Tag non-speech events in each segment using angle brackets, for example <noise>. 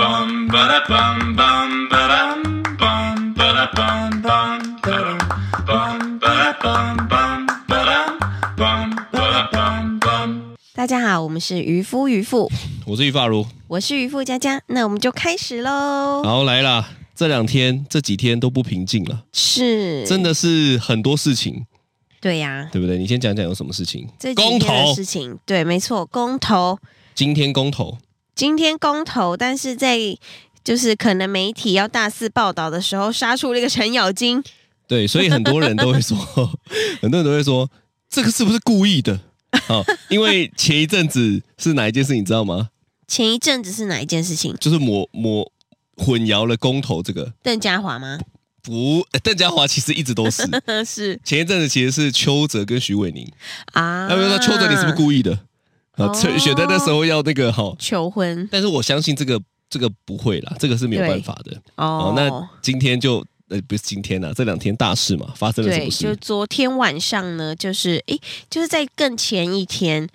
bum ba da bum bum ba dum bum ba da bum bum ba dum bum ba da bum bum ba dum bum ba da bum bum. 大家好，我们是渔夫渔妇，我是于发如，我是渔妇佳佳，那我们就开始喽。然后来啦，这两天这几天都不平静了，是，真的是很多事情，对呀、对不对？你先讲讲有什么事情这？几公天的投事，情，对，没错，公投，今天公投，今天公投，但是在就是可能媒体要大肆报道的时候，杀出了一个程咬金，对，所以很多人都会说， <laughs> 很多人都会说，这个是不是故意的？哦，因为前一阵子是哪一件事，你知道吗？前一阵子是哪一件事情？就是抹抹混淆了公投这个。邓家华 <laughs> 吗？不，呃邓家华其实一直都 <laughs> 是是前一阵子其实是邱泽跟徐伟宁，啊，他们说邱泽你是不是故意的？啊，哦选选在那时候要那个哈，求婚但是我相信这个这个不会啦，这个是没有对办法的。哦哦，那今天就呃不是今天啦，这两天大事嘛，发生了什对，么就事？昨天晚上呢，就是诶，就是在更前一天，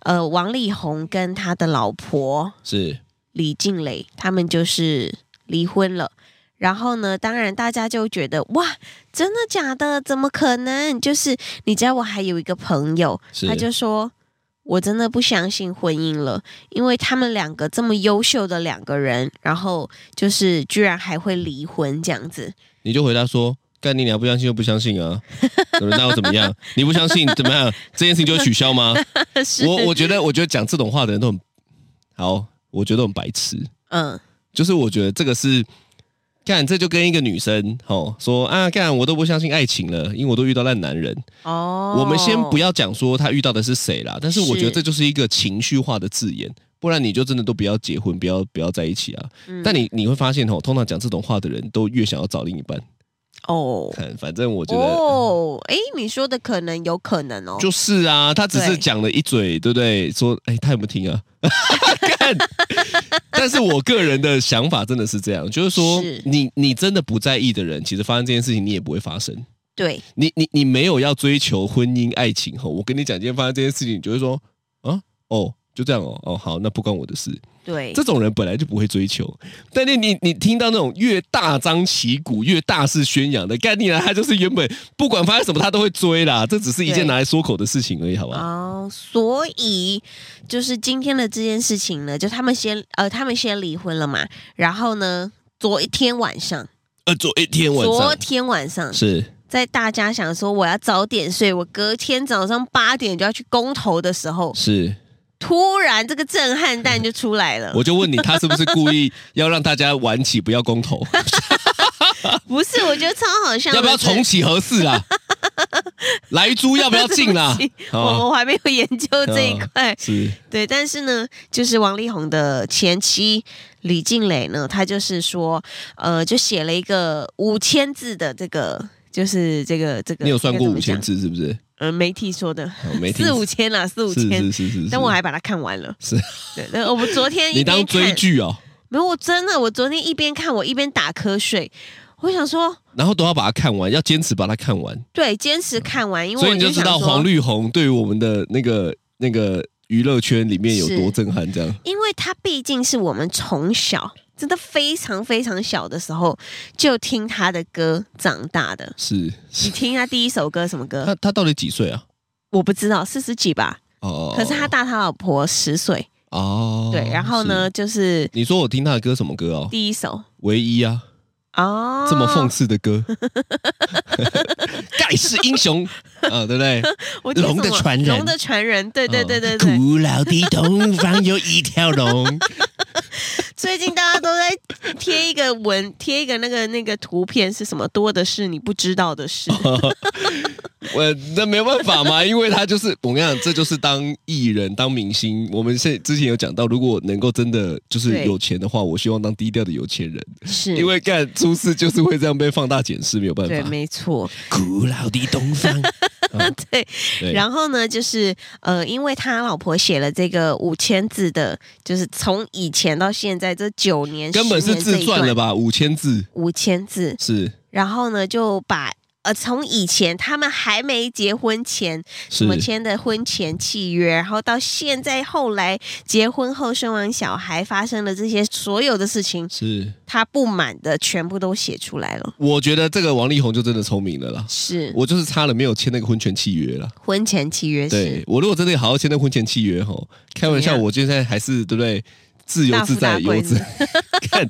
呃，王力宏跟他的老婆是李静蕾他们就是离婚了。然后呢，当然大家就觉得哇，真的假的？怎么可能？就是你知道，我还有一个朋友，是他就说。我真的不相信婚姻了，因为他们两个这么优秀的两个人，然后就是居然还会离婚这样子。你就回答说。干你娘！不相信就不相信啊， <laughs> 对不对那又怎么样？你不相信怎么样？这件事情就取消吗？ <laughs> 是我我觉得，我觉得讲这种话的人都很好，我觉得很白痴。嗯，就是我觉得这个是，干这就跟一个女生哦说啊，干我都不相信爱情了，因为我都遇到烂男人。哦，我们先不要讲说他遇到的是谁啦，但是我觉得是这就是一个情绪化的字眼，不然你就真的都不要结婚，不要不要在一起啊。嗯但你你会发现哦，通常讲这种话的人都越想要找另一半。哦看，反正我觉得、嗯哦，诶，你说的可能有可能哦，就是啊，他只对是讲了一嘴，对不对？说哎、他有没有听啊？ <laughs> 干但是我个人的想法真的是这样，就是说是你你真的不在意的人，其实发生这件事情你也不会发生。对，你你你没有要追求婚姻爱情吼，我跟你讲，今天发生这件事情，你就会说啊，哦，就这样哦，哦，好，那不关我的事。对，这种人本来就不会追求，但是你你听到那种越大张旗鼓、越大肆宣扬的概念啊，他就是原本不管发生什么他都会追啦，这只是一对件拿来说口的事情而已，好不好？哦，所以就是今天的这件事情呢，就他们先呃，他们先离婚了嘛，然后呢，昨天晚上，呃，昨一天晚昨上天晚上，是在大家想说我要早点睡，我隔天早上八点就要去公投的时候，是，突然这个震撼弹就出来了。我就问你，他是不是故意要让大家晚起，不要 <laughs> 公投，不是，我觉得超好笑的是，要不要重启合适 <laughs> 啦？来猪要不要进啦对不？起哦嗯我我还没有研究这一块，是对，但是呢，就是王力宏的前妻李静蕾呢，她就是说，呃，就写了一个五千字的这个，就是这个这个，你有算过应该五怎么千讲？字是不是？呃，媒体说的，哦 <laughs> 没听四五千啦，四五是千是。是是是，但我还把它看完了。是 <laughs> 对，那我昨天 <laughs> 你一边当追看，剧哦，没有，我真的，我昨天一边看，我一边打瞌睡。我想说，然后都要把它看完，要坚持把它看完，对，坚持看完，因为所以我你就知想道说，黄绿红对于我们的那个那个娱乐圈里面有多震撼。 <laughs> 这样因为它毕竟是我们从小真的非常非常小的时候就听他的歌长大的。是是你听他第一首歌什么歌？他他到底几岁啊？我不知道，四十几吧。哦，可是他大他老婆十岁，哦，对。然后呢，是？就是你说我听他的歌什么歌哦？第一首唯一啊，哦，这么讽刺 <laughs> 的歌，盖世英雄啊，对不对？我记得什么龙的传人龙的传人， <laughs> 对对对对嗯对。古老的东方有一条龙，最近大家都在贴一个文， <laughs> 贴一个那个那个图片是什么？多的是你不知道的事。哦我那没办法嘛，因为他就是我跟你讲，这就是当艺人、当明星。我们现之前有讲到，如果能够真的就是对有钱的话，我希望当低调的有钱人，是因为干出事就是会这样被放大检视，没有办对，法。没错。古老的 <laughs> 东方，对，对，然后呢，就是呃，因为他老婆写了这个五千字的，就是从以前到现在这九年，根本是自传了吧？吧？五千字五千字，是然后呢，就把呃呃，从以前他们还没结婚前，是什么签的婚前契约，然后到现在后来结婚后生完小孩发生的这些所有的事情，是，他不满的全部都写出来了。我觉得这个王力宏就真的聪明了啦。是我就是差了没有签那个婚前契约了。婚前契约对是我如果真的好好签那个婚前契约吼，开玩笑，怎么样我现在还是对不对？自由大自 <laughs> 富在大游贵子是，看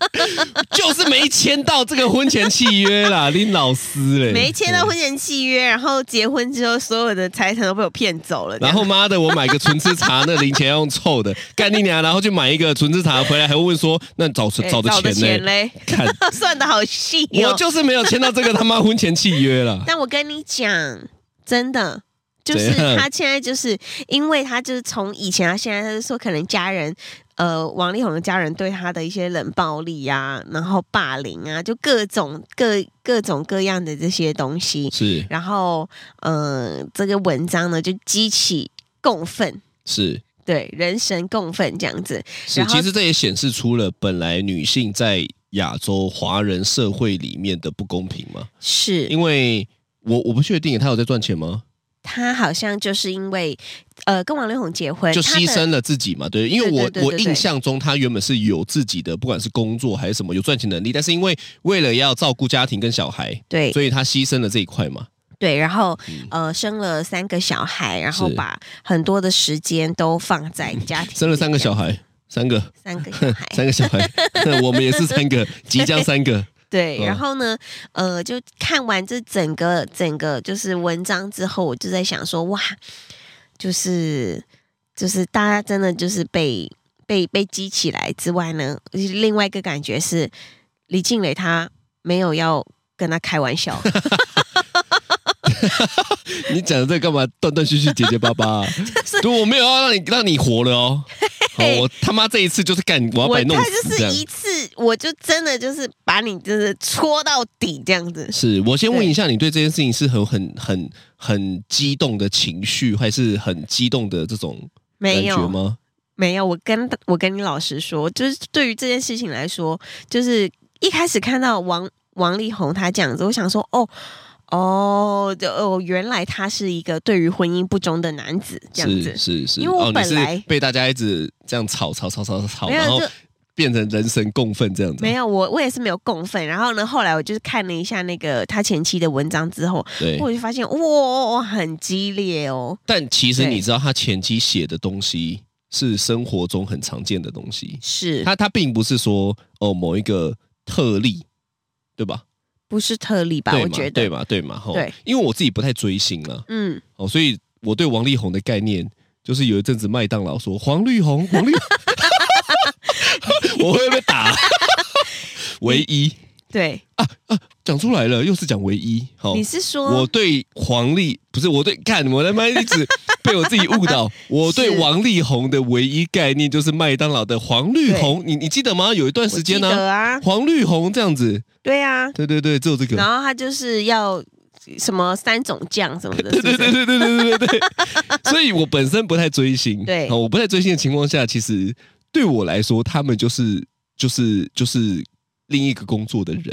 就是没签到这个婚前契约啦， <laughs> 林老师嘞，没签到对婚前契约，然后结婚之后所有的财产都被我骗走了。这然样后妈的，我买个纯吃茶，那零钱要用凑的，干你娘！然后去买一个纯吃茶回来，还会问说，那找哎找的找的钱钱呢？嘞， <laughs> 看，算的好细我哦。就是没有签到这个他妈婚前契约 <laughs> 了。但我跟你讲，真的。就是怎样他现在就是，因为他就是从以前到现在，他就说可能家人，呃，王力宏的家人对他的一些冷暴力啊，然后霸凌啊，就各种各各种各样的这些东西。是然后，呃，这个文章呢就激起共愤，是对人神共愤这样子。是，然后其实这也显示出了本来女性在亚洲华人社会里面的不公平嘛。是因为我我不确定他有在赚钱吗？他好像就是因为，呃，跟王力宏结婚，就他的牺牲了自己嘛，对，因为我对对对我对对印象中他原本是有自己的，不管是工作还是什么有赚钱能力，但是因为为了要照顾家庭跟小孩，对所以他牺牲了这一块嘛。对，然后呃，生了三个小孩，然后是把很多的时间都放 <laughs> 在家庭。生了三个小，孩，三个，三个 <laughs> 小孩，三个小 <laughs> 孩，我们也是三个，即将三个，对。嗯然后呢，呃，就看完这整个整个就是文章之后，我就在想说，哇，就是就是大家真的就是被被被激起来之外呢，另外一个感觉是李静蕾她没有要跟他开玩笑，你讲的这个干嘛？断断续续，结结巴巴、啊。对，我没有要让你让你活 <laughs> 了哦。好，我他妈这一次就是干，我要把我你弄他就死这是样。一次，我就真的就是把你就是戳到底这样子。是我先问对一下，你对这件事情是很很很很激动的情绪，还是很激动的这种感没觉有，吗？没有。我跟我跟你老实说，就是对于这件事情来说，就是一开始看到王王力宏他这样子，我想说，哦哦，就哦，原来他是一个对于婚姻不忠的男子这样是子。是是，因为我哦，你本来是被大家一直这样吵吵吵吵吵，没有然后就变成人神共愤这样子。啊没有，我我也是没有共愤。然后呢，后来我就是看了一下那个他前妻的文章之后，对，我就发现哇，很激烈哦。但其实对你知道，他前期写的东西是生活中很常见的东西，是，他他并不是说哦某一个特例，对吧？不是特例吧？对我嘛觉得，对嘛对嘛吼对，因为我自己不太追星了。嗯，哦，所以我对王力宏的概念就是有一阵子麦当劳说黄绿红 <laughs> 黄绿红，我会被打。唯一对，讲出来了，又是讲唯一。好、你是说哦我对黄历不是我对看我他妈一直被我自己 <laughs> 误导。我对是王力宏的唯一概念就是麦当劳的黄绿红，你你记得吗？有一段时间我记呢、得啊，黄绿红这样子，对啊，对对对，只有这个。然后他就是要什么三种酱什么的， <laughs> 对是对不对是？对对对对 <laughs> 对。所以我本身不太追星，对好我不太追星的情况下，其实对我来说，他们就是就是就是另一个工作的人，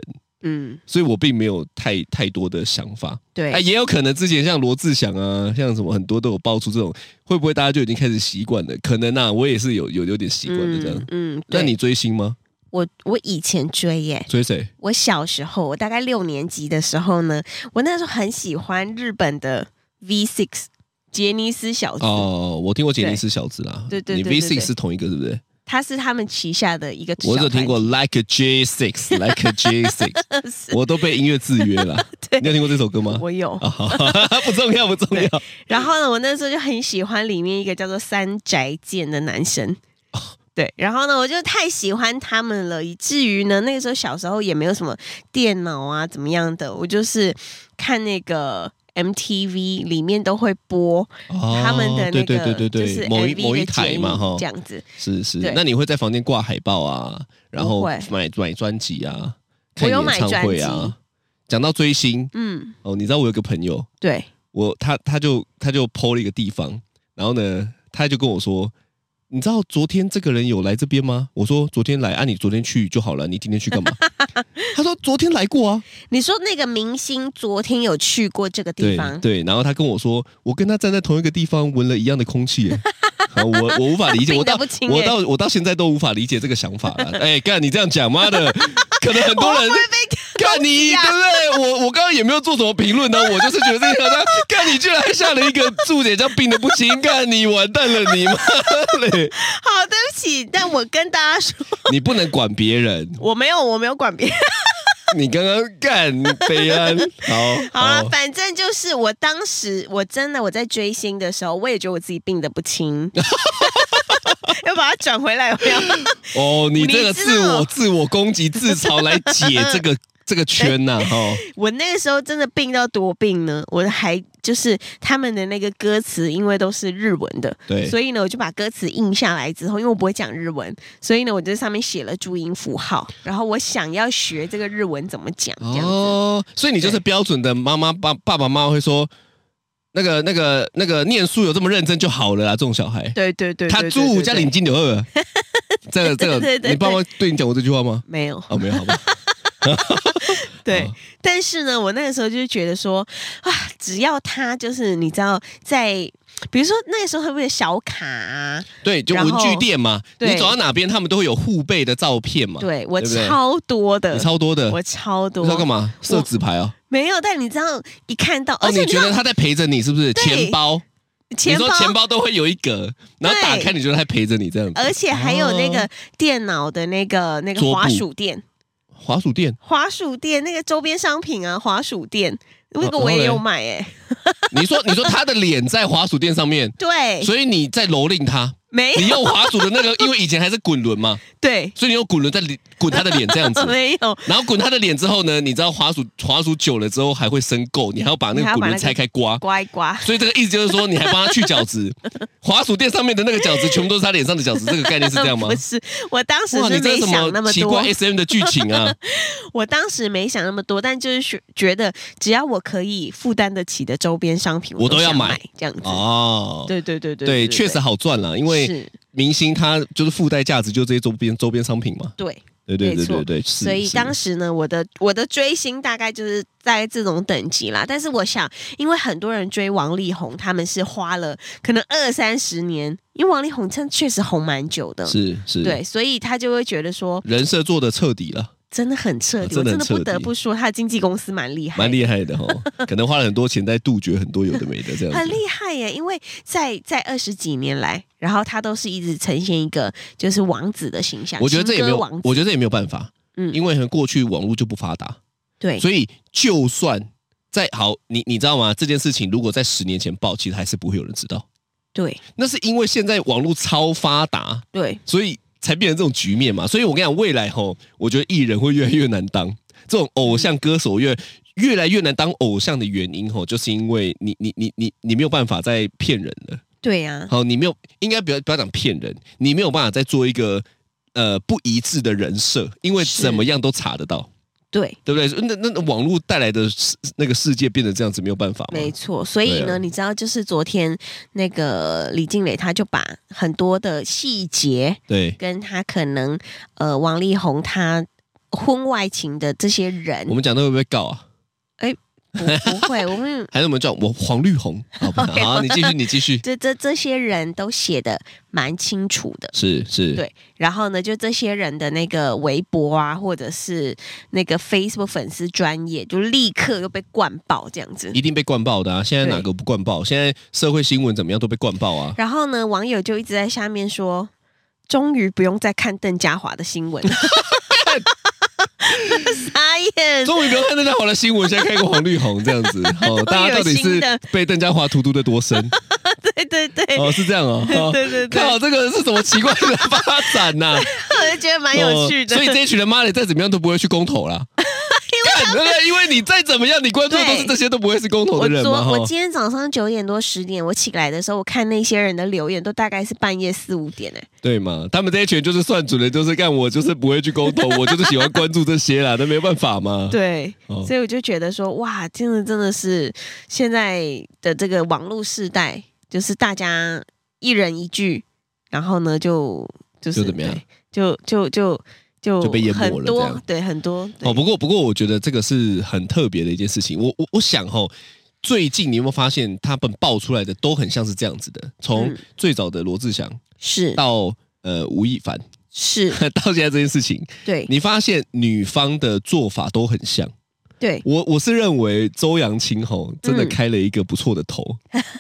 嗯，所以我并没有太太多的想法。对，啊，也有可能之前像罗志祥啊，像什么很多都有爆出这种，会不会大家就已经开始习惯了？可能啊，我也是有有有点习惯的这样。嗯，嗯那对你追星吗？我我以前追耶，<laughs> 追谁？我小时候，我大概六年级的时候呢，我那时候很喜欢日本的 V Six 杰尼斯小子，哦，我听过杰尼斯小子啦，对对对你对 V 对 Six 是同一个对不对？他是他们旗下的一个，我只有听，过 Like a J Six Like a <laughs> J Six，我 <laughs> 都被音乐制约了。对你有听过这首歌吗？我有。啊，好 <laughs> 不重要，不重要。然后呢，我那时候就很喜欢里面一个叫做三宅健的男生。哦对，然后呢，我就太喜欢他们了，以至于呢，那个时候小时候也没有什么电脑啊，怎么样的，我就是看那个 MTV 里面都会播哦他们的那个，对对对就对对，是某一 MV 某一的剪台影嘛，哈这，样子。是是对。那你会在房间挂海报啊，然后我会买买专辑啊，我看有演买唱专会辑啊。讲到追星嗯，哦，你知道我有个朋友，对，我他他就他就 PO 了一个地方，然后呢，他就跟我说，你知道昨天这个人有来这边吗？我说昨天来，啊，你昨天去就好了，你今天去干嘛？ <laughs> 他说昨天来过啊，你说那个明星昨天有去过这个地对方，对，然后他跟我说，我跟他站在同一个地方，闻了一样的空气 <laughs> 耶。好我我无法 <laughs> 理解，病我得到不轻我耶到我到现在都无法理解这个想法了。 <laughs> 哎，干你这样讲，妈的， <laughs> 可能很多人 <laughs> 我会被干你，对不对？我我刚刚也没有做什么评论呢，我就是觉得这个， <laughs> 干你居然还下了一个注解叫病的不轻，干你完蛋了你妈嘞！ <laughs> 好，对不起，但我跟大家说， <laughs> 你不能管别人，我没有，我没有管别人。你刚刚干北安， <laughs> 好，好啊了、反正就是我当时我真的我在追星的时候，我也觉得我自己病得不 <laughs> 轻， <laughs> 要把它转回来有没有？哦，你这个你知自道我自我攻击自嘲来解这个 <laughs> 这个圈呐、哈、 <laughs> 我那个时候真的病到多病呢，我还就是他们的那个歌词，因为都是日文的，对所以呢我就把歌词印下来之后，因为我不会讲日文，所以呢我在上面写了注音符号，然后我想要学这个日文怎么讲，这样子。哦，所以你就是标准的妈妈爸爸爸妈妈会说，那个那个那个念书有这么认真就好了啦，这种小孩，对对对他对对猪五加对领金牛二，这个这对对个，对你爸妈对你讲过这句话吗？没有，哦，没有，<laughs> 好吧，对，哦但是呢，我那个时候就是觉得说，啊，只要他就是你知道在，比如说那个时候会不会小卡、啊？对，就然文后具店嘛，对你走到哪边，他们都会有护背的照片嘛，对我对不对超多的，你超多的，我超你多，知道干嘛？设纸牌哦，没有，但你知道一看到，哦，而且你你知觉道得他在陪着你是不是？对钱包。钱你包说。钱包都会有一格，然后打开你觉得它陪着你这样子，而且还有那个哦电脑的那个那个桌布滑鼠垫，，滑鼠垫滑鼠垫那个周边商品啊，滑鼠垫那个哦然后我也嘞有买哎、<laughs> 你说你说他的脸在滑鼠垫上面，对，所以你在蹂躏他，没你有用滑鼠的 <laughs> 那个，因为以前还是滚轮嘛，对，所以你用滚轮在里滚他的脸这 <laughs> 样子。没有，然后滚他的脸之后呢，你知道滑鼠滑鼠久了之后还会生垢，你还要把那你还个要滚把那个轮拆开刮，乖乖，所以这个意思就是说你还帮他去角 <laughs> 质，滑鼠垫上面的那个角质全部都是他脸上的角质，这个概念是这样吗 <laughs> 不？是，我当时哇，是你这没是什想那么么奇多，怪 S M 的剧 <laughs> 情啊？我当时没想那么多，但就是觉觉得只要我可以负担得起的周边商品，我都都要想买买这样子。哦，对对对对对，确实好赚啦，因为是明星他就是附带价值就这些周边周边商品嘛。对，对对没对错对对，是所以是当时呢，我的我的追星大概就是在这种等级啦。但是我想，因为很多人追王力宏，他们是花了可能二三十年，因为王力宏真的确实红蛮久的。是是，对，所以他就会觉得说，人设做的彻底了，真的很彻底，哦真的我真的很不彻得底不说，他的经纪公司蛮厉害的，蛮厉害的哦， <laughs> 可能花了很多钱在杜绝很多有的没的这样很子。厉害耶！因为在在二十几年来，然后他都是一直呈现一个就是王子的形象。我觉得这也没情有歌王，子，我觉得这也没有办法，嗯因为可能过去网络就不发达，对，所以就算在好，你你知道吗？这件事情如果在十年前报，其实还是不会有人知道，对那是因为现在网络超发达，对，所以才变成这种局面嘛。所以我跟你讲，未来吼，我觉得艺人会越来越难当，这种偶像歌手越越来越难当偶像的原因吼，就是因为你你你你你没有办法再骗人了。对呀、啊，好，你没有应该不要不要讲骗人，你没有办法再做一个呃不一致的人设，因为是怎么样都查得到。对，对不对？那那那网络带来的世那个世界变成这样子，没有办法嘛。没错。所以对呢，啊哦你知道，就是昨天那个李静蕾，他就把很多的细节对，跟他可能呃王力宏他婚外情的这些我人，们讲的会不会告啊？不不会，我们还是我们叫我黄绿红？好 <laughs> 吧， OK，好啊，你继续，你 <laughs> 继续。这这这些人都写的蛮清楚的。是是，对然后呢，就这些人的那个微博啊，或者是那个 Facebook 粉丝专业，就立刻又被灌爆这样子。一定被灌爆的啊！现在对哪个不灌爆？现在社会新闻怎么样都被灌爆啊！然后呢，网友就一直在下面说。终于不用再看邓家华的新闻了， <laughs> 傻眼！终于不要看邓家华的新闻，现在看一个黄绿红这样 <laughs> 子哦，大家到底有新是的被邓家华荼毒的多 <laughs> 深对对对，哦？是这样 <laughs> 哦，哦对对对看好这个是什么奇怪的发展 <laughs> 呐、我就觉得蛮有趣的。哦所以这一群人妈的再怎么样都不会去公投啦。干对不 <laughs> 对？因为你再怎么样，你关注的都是对这些，都不会是公投的我人嘛昨我哈。哦今天早上九点多十点我起来的时候，我看那些人的留言都大概是半夜四五点哎、对嘛？他们这一群就是算准了，就是干我就是不会去公投，我就是喜欢关注这些啦，那没办法 <laughs> 嘛。对，哦所以我就觉得说，哇，真的真的是现在的这个网络世代，就是大家一人一句，然然后呢就就是就怎么样对就就就就就被淹没了很这多样对很多对哦，不过不过，我觉得这个是很特别的一件事情。我我我想吼，最近你有没有发现，他们爆出来的都很像是这样子的？从嗯最早的罗志祥是到呃吴亦凡， <laughs> 是到现在这件事情，对你发现女方的做法都很像。对我我是认为周扬青吼真的嗯开了一个不错的头， <laughs>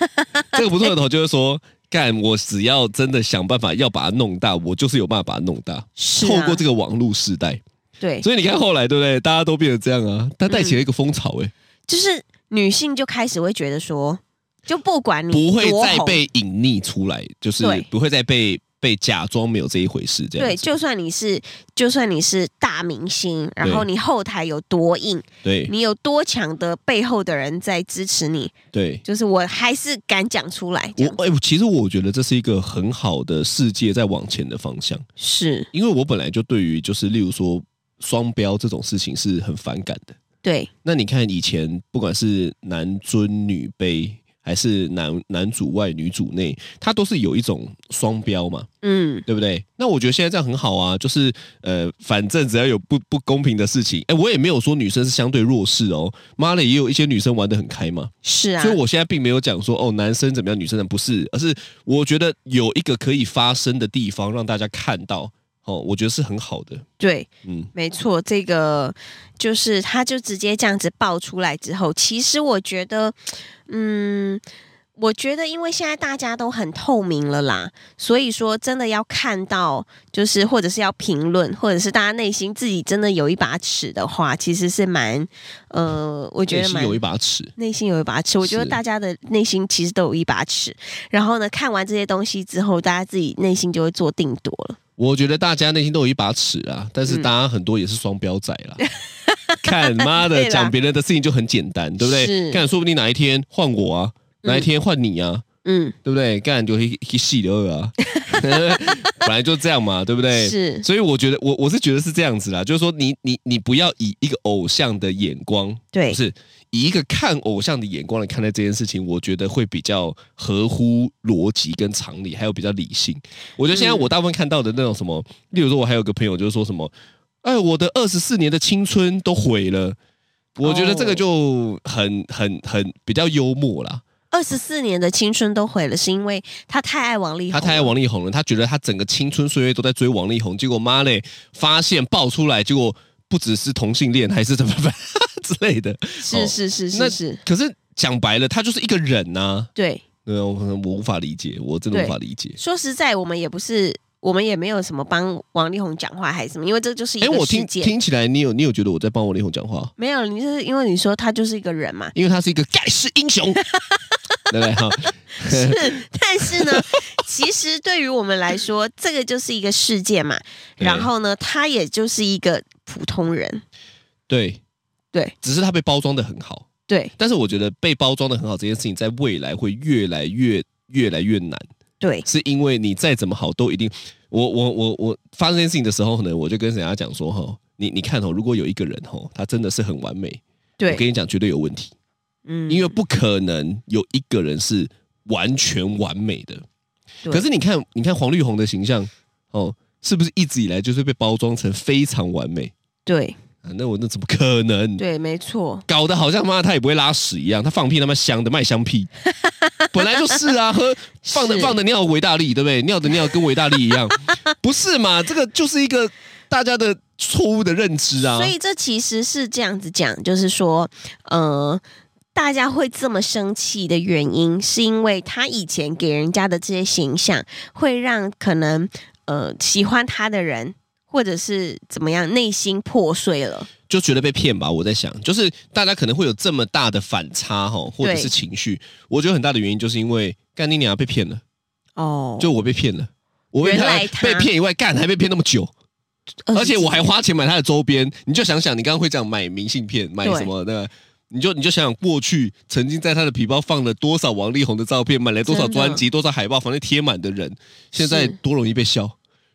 这个不错的头就是说，干我只要真的想办法要把它弄大，我就是有办法把它弄大，是啊透过这个个网络时代。对，所以你看后来，对不对？大家都变成这样啊，它带起了一个风潮、嗯欸，哎、就是女性就开始会觉得说，就不管你不会多再红被隐匿出来，就是对不会再被被假装没有这一回事，这对，样子。就算你是就算你是大明星，然后对你后台有多硬，对你有多强的背后的人在支持你，对就是我还是敢讲出来，这样我哎、其实我觉得这是一个很好的世界在往前的方向，是因为我本来就对于就是例如说双标这种事情是很反感的。对那你看以前不管是男尊女卑，还是男男主外女主内，它都是有一种双标嘛。嗯对不对？那我觉得现在这样很好啊，就是呃，反正只要有不不公平的事情，哎，我也没有说女生是相对弱势哦，妈的，也有一些女生玩的很开嘛，是啊所以，我现在并没有讲说哦，男生怎么样，女生怎么样不是，而是我觉得有一个可以发声的地方让大家看到，哦，我觉得是很好的，对，嗯，没错，这个就是他就直接这样子爆出来之后，其实我觉得，嗯。我觉得，因为现在大家都很透明了啦，所以说真的要看到，就是或者是要评论，或者是大家内心自己真的有一把尺的话，其实是蛮，呃，我觉内得心蛮有一把尺，内心有一把尺，我觉得是大家的内心其实都有一把尺。然后呢，看完这些东西之后，大家自己内心就会做定夺了。我觉得大家内心都有一把尺啊，但是嗯大家很多也是双标仔 <laughs> 啦。看妈的对，啦讲别人的事情就很简单，对不对？是看，说不定哪一天换我啊，哪一天换你啊，嗯，对不对？干就一一系的二 <laughs> 啊，本来就这样嘛，对不对？是所以我觉得，我我是觉得是这样子啦，就是说你，你你不要以一个偶像的眼光，对不，是以一个看偶像的眼光来看待这件事情，我觉得会比较合乎逻辑跟常理，还有比较理性。我觉得现在嗯我大部分看到的那种什么，例如说，我还有个朋友就是说什么，哎，我的二十四年的青春都毁了。我觉得这个哦就很很很比较幽默啦，二十四年的青春都毁了，是因为他太爱王力宏他了，太爱王力宏了，他觉得他整个青春岁月都在追王力宏，结果妈嘞，发现爆出来，结果不只是同性恋，还是怎么办 <laughs> 之类的。哦是是是那是是，可是讲白了，他就是一个人呐、对。对啊，我可能我无法理解，我真的对无法理解。说实在，我们也不是，我们也没有什么帮王力宏讲话还是什么，因为这就是一哎，个我事听件。听起来，你有你有觉得我在帮王力宏讲话，没有，你就是因为你说他就是一个人嘛，因为他是一个盖世英雄， <laughs> 对不对？哈，是， <laughs> 但是呢，其实对于我们来说， <laughs> 这个就是一个事件嘛。对然后呢，他也就是一个普通人，对对，只是他被包装的很好，对但是我觉得被包装的很好这件事情，在未来会越来越越来越难。对，是因为你再怎么好都一定，我我我我发生这件事情的时候呢，我就跟人家讲说哈，你你看哦，如果有一个人哦，他真的是很完美，我跟对，你讲绝对有问题，嗯因为不可能有一个人是完全完美的。对可是你看，你看黄绿红的形象哦，是不是一直以来就是被包装成非常完美对啊？那我那怎么可能？对，没错，搞得好像妈他也不会拉屎一样，他放屁他妈香的卖香屁， <laughs> 本来就是 <laughs> 啊，喝放的是放的尿维大利，对不对？尿的尿跟维大利 <laughs> 一样，不是嘛？这个就是一个大家的错误的认知啊所。以这其实是这样子讲，就是说，呃。大家会这么生气的原因，是因为他以前给人家的这些形象，会让可能呃喜欢他的人，或者是怎么样，内心破碎了。就觉得被骗吧，我在想，就是大家可能会有这么大的反差哈，或者对是情绪，我觉得很大的原因就是因为干你娘被骗了，哦，就我被骗了。我被原来骗他被骗以外，干还被骗那么久，而且我还花钱买他的周边。你就想想，你刚刚会讲买明信片，买对什么的，你就你就想想过去曾经在他的皮包放了多少王力宏的照片，买了多少真的专辑、多少海报，反正贴满的人，现在是多容易被笑。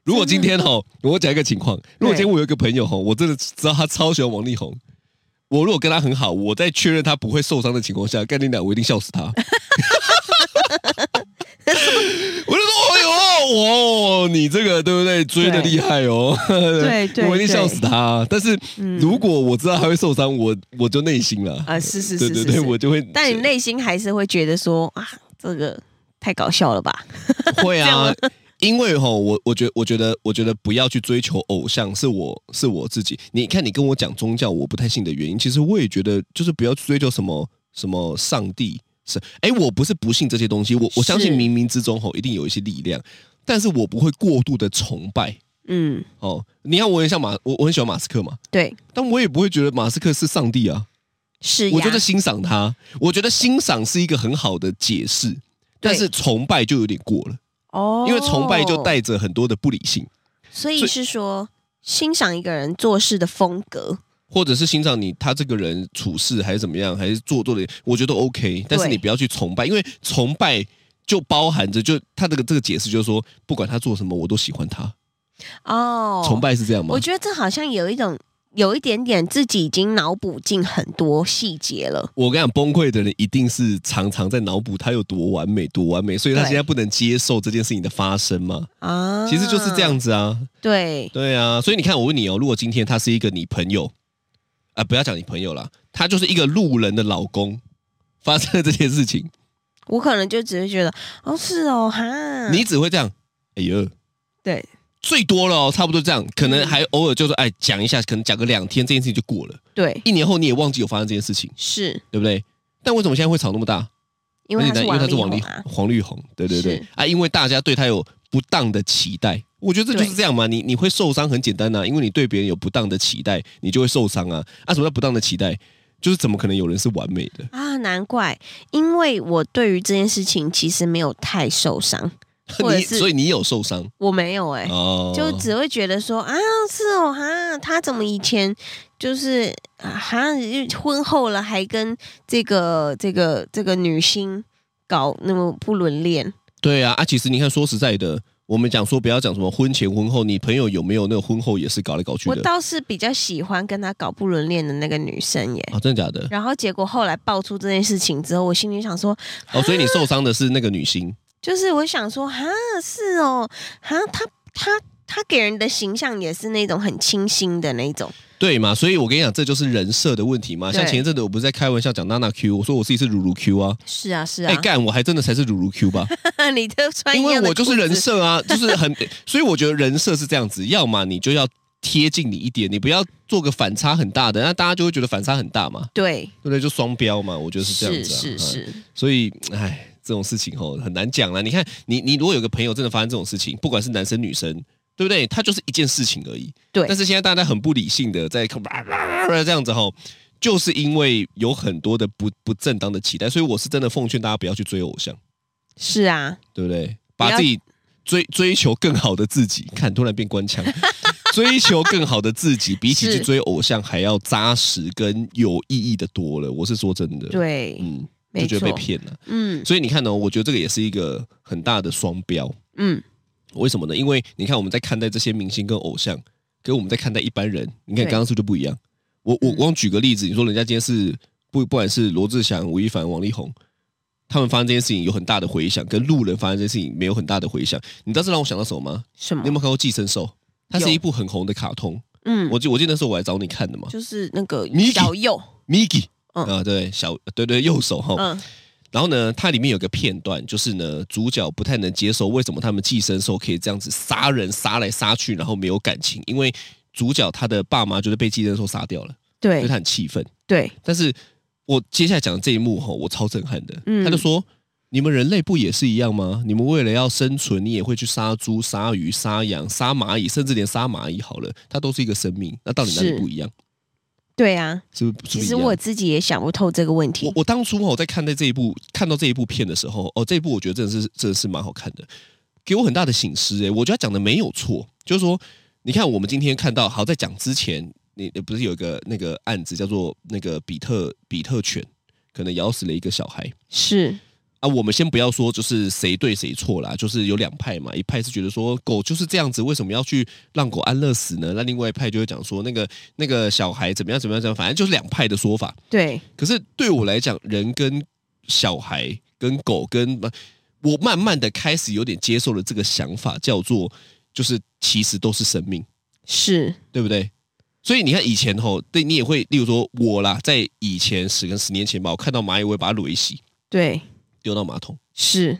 如果今天 <laughs> 哦，我讲一个情况，如果今天我有一个朋友哦，我真的知道他超喜欢王力宏，我如果跟他很好，我在确认他不会受伤的情 <laughs> 况下，干你俩我一定笑死他。我就说，哎呦，哦，你这个对不对？追的厉害哦，对对我一定笑死他、啊但是、嗯如果我知道他会受伤，我我就内心了。啊，是是对是对是对，我是，就会。但你内心还是会觉得说啊，这个太搞笑了吧？ <laughs> 会啊，因为吼，我我觉我觉得我觉得不要去追求偶像，是我是我自己。你看，你跟我讲宗教，我不太信的原因，其实我也觉得就是不要去追求什么什么上帝是，哎，我不是不信这些东西，我我相信是冥冥之中吼一定有一些力量，但是我不会过度的崇拜嗯，哦。你看，我很像马，我我很喜欢马斯克嘛，对，但我也不会觉得马斯克是上帝啊。是呀，我觉得欣赏他，我觉得欣赏是一个很好的解释，但对是崇拜就有点过了。哦，因为崇拜就，带着很多的不理性，所所以以是说欣赏一个人做事的风格，或者是欣赏你他这个人处事还是怎么样，还是做做的，我觉得 OK。但是你不要去崇拜，因为崇拜就包含着就他这个这个解释就是说，不管他做什么，我都喜欢他。哦，崇。拜是这样吗我？觉得这好像有一种，有一点点自己已经脑补进很多细节了。我跟你讲，崩溃的人一定是常常在脑补他有多完美，多完美，所以他对现在不能接受这件事情的发生嘛。啊，其实就是这。样子啊。对，对啊，所以你看，我问你哦，如果今天他是一个你朋友，啊、不要讲你朋友啦，他就是一个路人的老公，发生了这件事情，我可能就只是觉得，哦，是哦，哈，你只会这样，哎呦，对最多了、哦，差不多这样，可能还偶尔就是哎讲一下，可能讲个两天，这件事情就过了，对一年后你也忘记有发生这件事情，是对不对？但为什么现在会吵那么大？因为很他简是单因为他是王王力力宏啊，黄绿红，对对对是啊，因为大家对他有不当的期待，我觉得这就是对这样嘛，你你会受伤很简单呐、啊因为你对别人有不当的期待，你就会受伤啊。啊，什么叫不当的期待？就是怎么可能有人是完美的？ <laughs> 啊，难怪，因为我对于这件事情其实没有太受伤，或者你是所以你有受伤我没有哎、哦，就只会觉得说啊，是哦哈，他怎么以前就是啊哈，就婚后了还跟这个这个这个女星搞那么不伦恋？对啊啊，其实你看，说实在的，我们讲说不要讲什么婚前婚后，你朋友有没有那个婚后也是搞来搞去我的倒是比较喜欢跟他搞不伦恋的那个女生耶。啊？真的假的？然后结果后来爆出这件事情之后，我心里想说，哦，所以你受伤的是那个女星，就是我想说，哈，是哦，哈，他他他给人的形象也是那种很清新的那种，对嘛？所以我跟你讲，这就是人设的问题嘛。像对前一阵子我不是在开玩笑讲娜娜 Q，我说我自己是乳乳 Q 啊，是啊是哎、啊，干，我还真的才是乳乳 Q 吧，你都穿因 <laughs> 一为样的我就是裤子人设啊，就是 <laughs> 很，所以我觉得人设是这样子，要么你就要贴近你一点，你不要做个反差很大的，那大家就会觉得反差很大嘛，对，对不对？就双标嘛，我觉得是这样子、啊，是哎是所以，哎，这种事情吼很难讲啦。你看，你你如果有个朋友真的发生这种事情，不管是男生女生，对不对？他就是一件事情而已。对但是现在大家很不理性的在这样子吼，就是因为有很多的不不正当的期待，所以我是真的奉劝大家不要去追偶像。是啊，对不对？不要把自己追追求更好的自己，看突然变官腔，追求更好的自己，比起是去追偶像还要扎实跟有意义的多了。我是说真的，，对，嗯，没就觉得被错骗了。嗯所以你看呢、哦我觉得这个也是一个很大的双标。嗯，为什么呢？因为你看我们在看待这些明星跟偶像，跟我们在看待一般人，你看对刚刚是不是就不一样？我我嗯光举个例子，你说人家今天是不不管是罗志祥、吴亦凡、王力宏，他们发生这件事情有很大的回响，跟路人发生这件事情没有很大的回响。你知道这让我想到什么吗？什么你有没有？看过《寄生兽》？它嗯是有一部很红的卡通，嗯，我记我记得那时候我来找你看的嘛。就是那个 Mickey 小右， Miki，嗯啊、对，小对对右手哈，嗯，然后呢，它里面有个片段，就是呢，主角不太能接受为什么他们寄生兽可以这样子杀人、杀来杀去，然后没有感情，因为主角他的爸妈就是被寄生兽杀掉了，所以对他很气愤。对，但是我接下来讲的这一幕吼，我超震撼的。嗯他就说：“你们人类不也是一样吗？你们为了要生存，你也会去杀猪、杀鱼、杀羊、杀蚂蚁，甚至连杀蚂蚁好了，它都是一个生命。那到底哪里是不一样？对啊，是不是？其不是实一样我自己也想不透这个问我题，我当初哦，在看待这一部看到这一部片的时候，哦，这一部我觉得真的是真的是蛮好看的，给我很大的醒思。诶，我觉得他讲的没有错，就是说，你看我们今天看到，好在讲之前，你你不是有一个那个案子叫做那个比特比特犬，可能咬死了一个小孩。是啊，我们先不要说就是谁对谁错啦，就是有两派嘛，一派是觉得说狗就是这样子，为什么要去让狗安乐死呢？那另外一派就会讲说那个那个小孩怎么样怎么样怎么样，反正就是两派的说法。对可是对我来讲，人跟小孩、跟狗、跟呃我慢慢的开始有点接受了这个想法，叫做就是其实都是生命，是对不对？所以你看以前吼，对你也会，例如说我啦，在以前十跟十年前吧，我看到蚂蚁我会把它垒洗对，丢到马桶。是，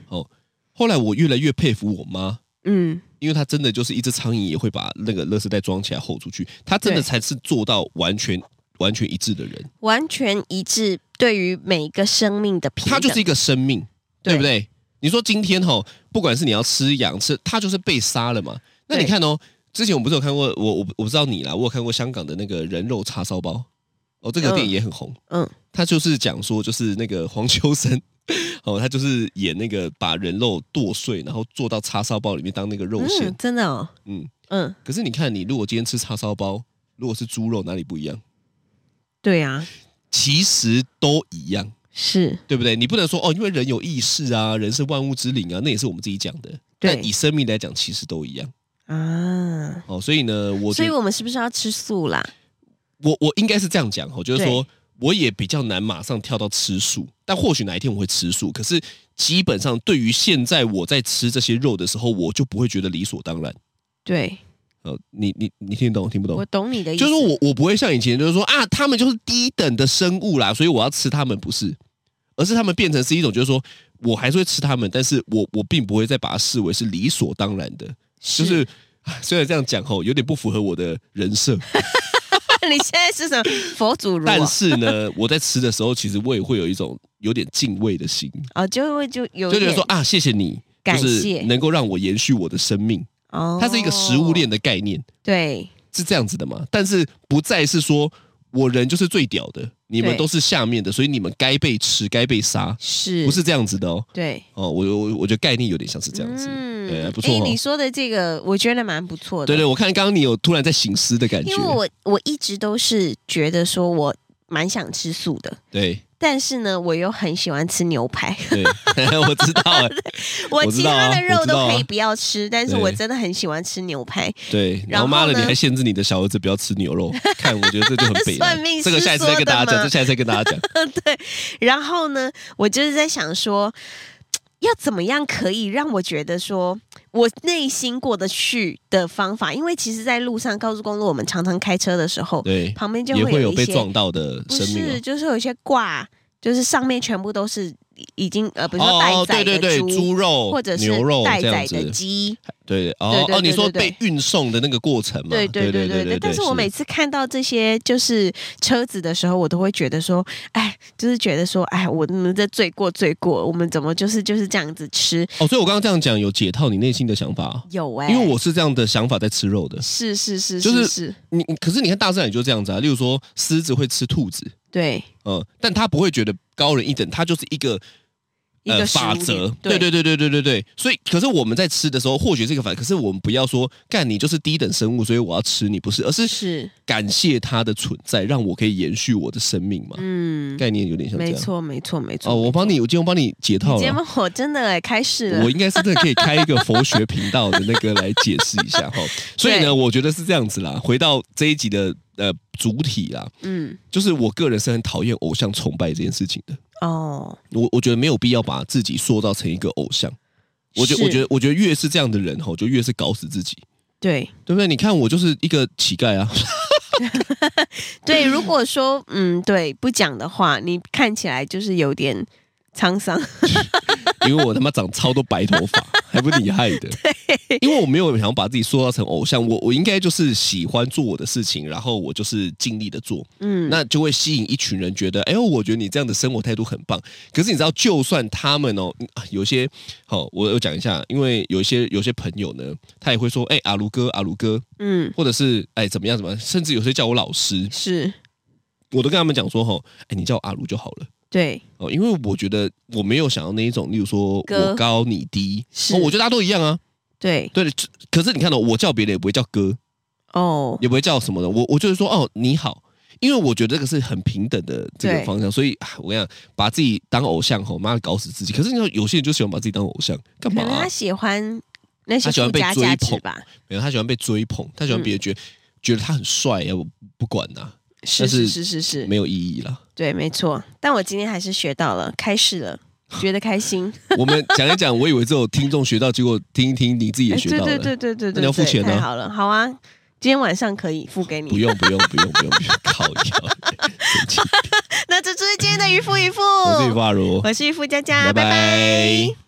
后来我越来越佩服我妈，嗯，因为她真的就是一只苍蝇也会把那个垃圾袋装起来吼出去，她真的对才是做到完全完全一致的人。完全一致对于每一个生命的平等，它就是一个生命，对对不对？你说今天哈、不管是你要吃羊吃，它就是被杀了嘛。那对你看哦，之前我们不是有看过，我我我不知道你啦，我有看过香港的那个人肉叉烧包，哦，这个嗯电影也很红。嗯，他就是讲说，就是那个黄秋生， <laughs> 哦，他就是演那个把人肉剁碎，然后做到叉烧包里面当那个肉馅。嗯，真的哦，嗯嗯，可是你看，你如果今天吃叉烧包，如果是猪肉，哪里不一样？对啊，其实都一样。是对不对？你不能说哦，因为人有意识啊，人是万物之灵啊，那也是我们自己讲的。对但以生命来讲，其实都一样啊，哦。所以呢，我所觉以得我们是不是要吃素啦？我我应该是这样讲哦，就是对说我也比较难马上跳到吃素，但或许哪一天我会吃素。可是基本上，对于现在我在吃这些肉的时候，我就不会觉得理所当然。对，呃，你你你听得懂听不懂我？懂你的意思，哦就是我我不会像以前就是说啊，他们就是低等的生物啦，所以我要吃他们，不是，而是他们变成是一种就是说我还是会吃他们，但是我我并不会再把它视为是理所当然的，就是是。唉虽然这样讲吼，有点不符合我的人设， <laughs> 你现在是什么佛祖如但啊是呢，我在吃的时候，其实我也会有一种有点敬畏的心，哦，就会就有就觉得点说啊，谢谢你，就感是谢能够让我延续我的生命，哦，它是一个食物链，的概念。对是这样子的嘛？但是不再是说我人就是最屌的，你们对都是下面的，所以你们该被吃，该被杀，是不是这样子的哦。对哦，我我我觉得概念有点像是这样子，对，还不错诶嗯哦。哎你说的这个我觉得蛮不错的，对对，我看刚刚你有突然在醒思的感觉因，为我我一直都是觉得说我蛮想吃素的，对但是呢，我又很喜欢吃牛排，对， <laughs> 我知 <laughs> 道了，我知其道啊他的肉我知道都啊可以不要吃，但是对我真的很喜欢吃牛排。对。然然后后妈的，呢你还限制你的小儿子不要吃牛肉，看我觉得这就很北 <laughs> 算南命师这个下一次再跟大说家的讲，嘛这下一次再 <laughs> 跟大家讲。然后呢，我就是在想说，要怎么样可以让我觉得说我内心过得去的方法？因为其实，在路上高速公路，我们常常开车的时候，对，旁边就也会会有一被些撞到的不生命哦是，就是有一些挂，就是上面全部都是已已经呃，比如说哦，待对宰对的对，猪肉或者是牛肉待这宰样子的鸡，对对哦对哦，对你说对被运送的那个过程嘛？对对对对对对。但是我每次看到这些就是车子的时候，我都会觉得说，哎，就是觉得说，哎，我们这罪过罪过，我们怎么就是就是这样子吃？哦，所以我刚刚这样讲有解套你内心的想法啊，有哎、因为我是这样的想法在吃肉的。是是是就是是是，你你可是你看大自然也就这样子啊，例如说狮子会吃兔子，对嗯，但它不会觉得高人一等，它就是一个一个食物呃法链则。对对对对对对对对。所以，可是我们在吃的时候，或许这个法，可是我们不要说干你就是低等生物，所以我要吃你，不是，而是是感谢它的存在，让我可以延续我的生命嘛。嗯，概念有点像这没样。错没错没错。哦，我帮你，我今天帮你解套了。节目我真的哎、开始了我，应该是真的可以开一个佛学频道的那个来解释一下哈。所以对呢，我觉得是这样子啦。回到这一集的呃主体啦，嗯就是我个人是很讨厌偶像崇拜这件事情的。哦我我觉得没有必要把自己塑造成一个偶像。我觉得我是觉得我觉得越是这样的人吼，就越是搞死自己，对对不对？你看我就是一个乞丐啊， <clears throat> 对，如果说嗯对不讲的话，你看起来就是有点沧桑，因为我他妈长超多白头发，还不厉害的。因为我没有想要把自己塑造成偶像，我我应该就是喜欢做我的事情，然后我就是尽力的做。嗯那就会吸引一群人觉得，哎呦，我觉得你这样的生活态度很棒。可是你知道，就算他们哦，嗯啊有些好、我有讲一下，因为有一些有些朋友呢，他也会说，哎，阿卢哥，阿卢哥，嗯或者是哎怎么样怎么样，甚至有些叫我老师，是我都跟他们讲说，吼、哎，你叫我阿卢就好了。对哦，因为我觉得我没有想要那一种，例如说哥我高你低，是哦，我觉得大家都一样啊。对对，这可是你看到、我叫别人也不会叫哥，哦也不会叫什么的，我我就是说哦你好，因为我觉得这个是很平等的这个对方向，所以啊，我跟你讲，把自己当偶像吼，妈的搞死自己。可是你说有些人就喜欢把自己当偶像，干可嘛能啊、他喜欢那些他喜欢附被加追价值捧吧，没有，他喜欢被追捧，他喜欢嗯别人觉得、觉得他很帅，要不不管呐、是但是是是是是，没有意义啦。对，没错。但我今天还是学到了，开始了，觉得开心。我们讲一讲，我以为只有听众学到，结果听一听你自己 <laughs> 也哎学对到了。对对对对那对，你要付对钱太啊好了，好啊，今天晚上可以付给不你。用不用不用不用不用，靠腰，那这就是今天的渔夫渔夫，我是发如，我是渔夫佳佳，拜拜哦拜拜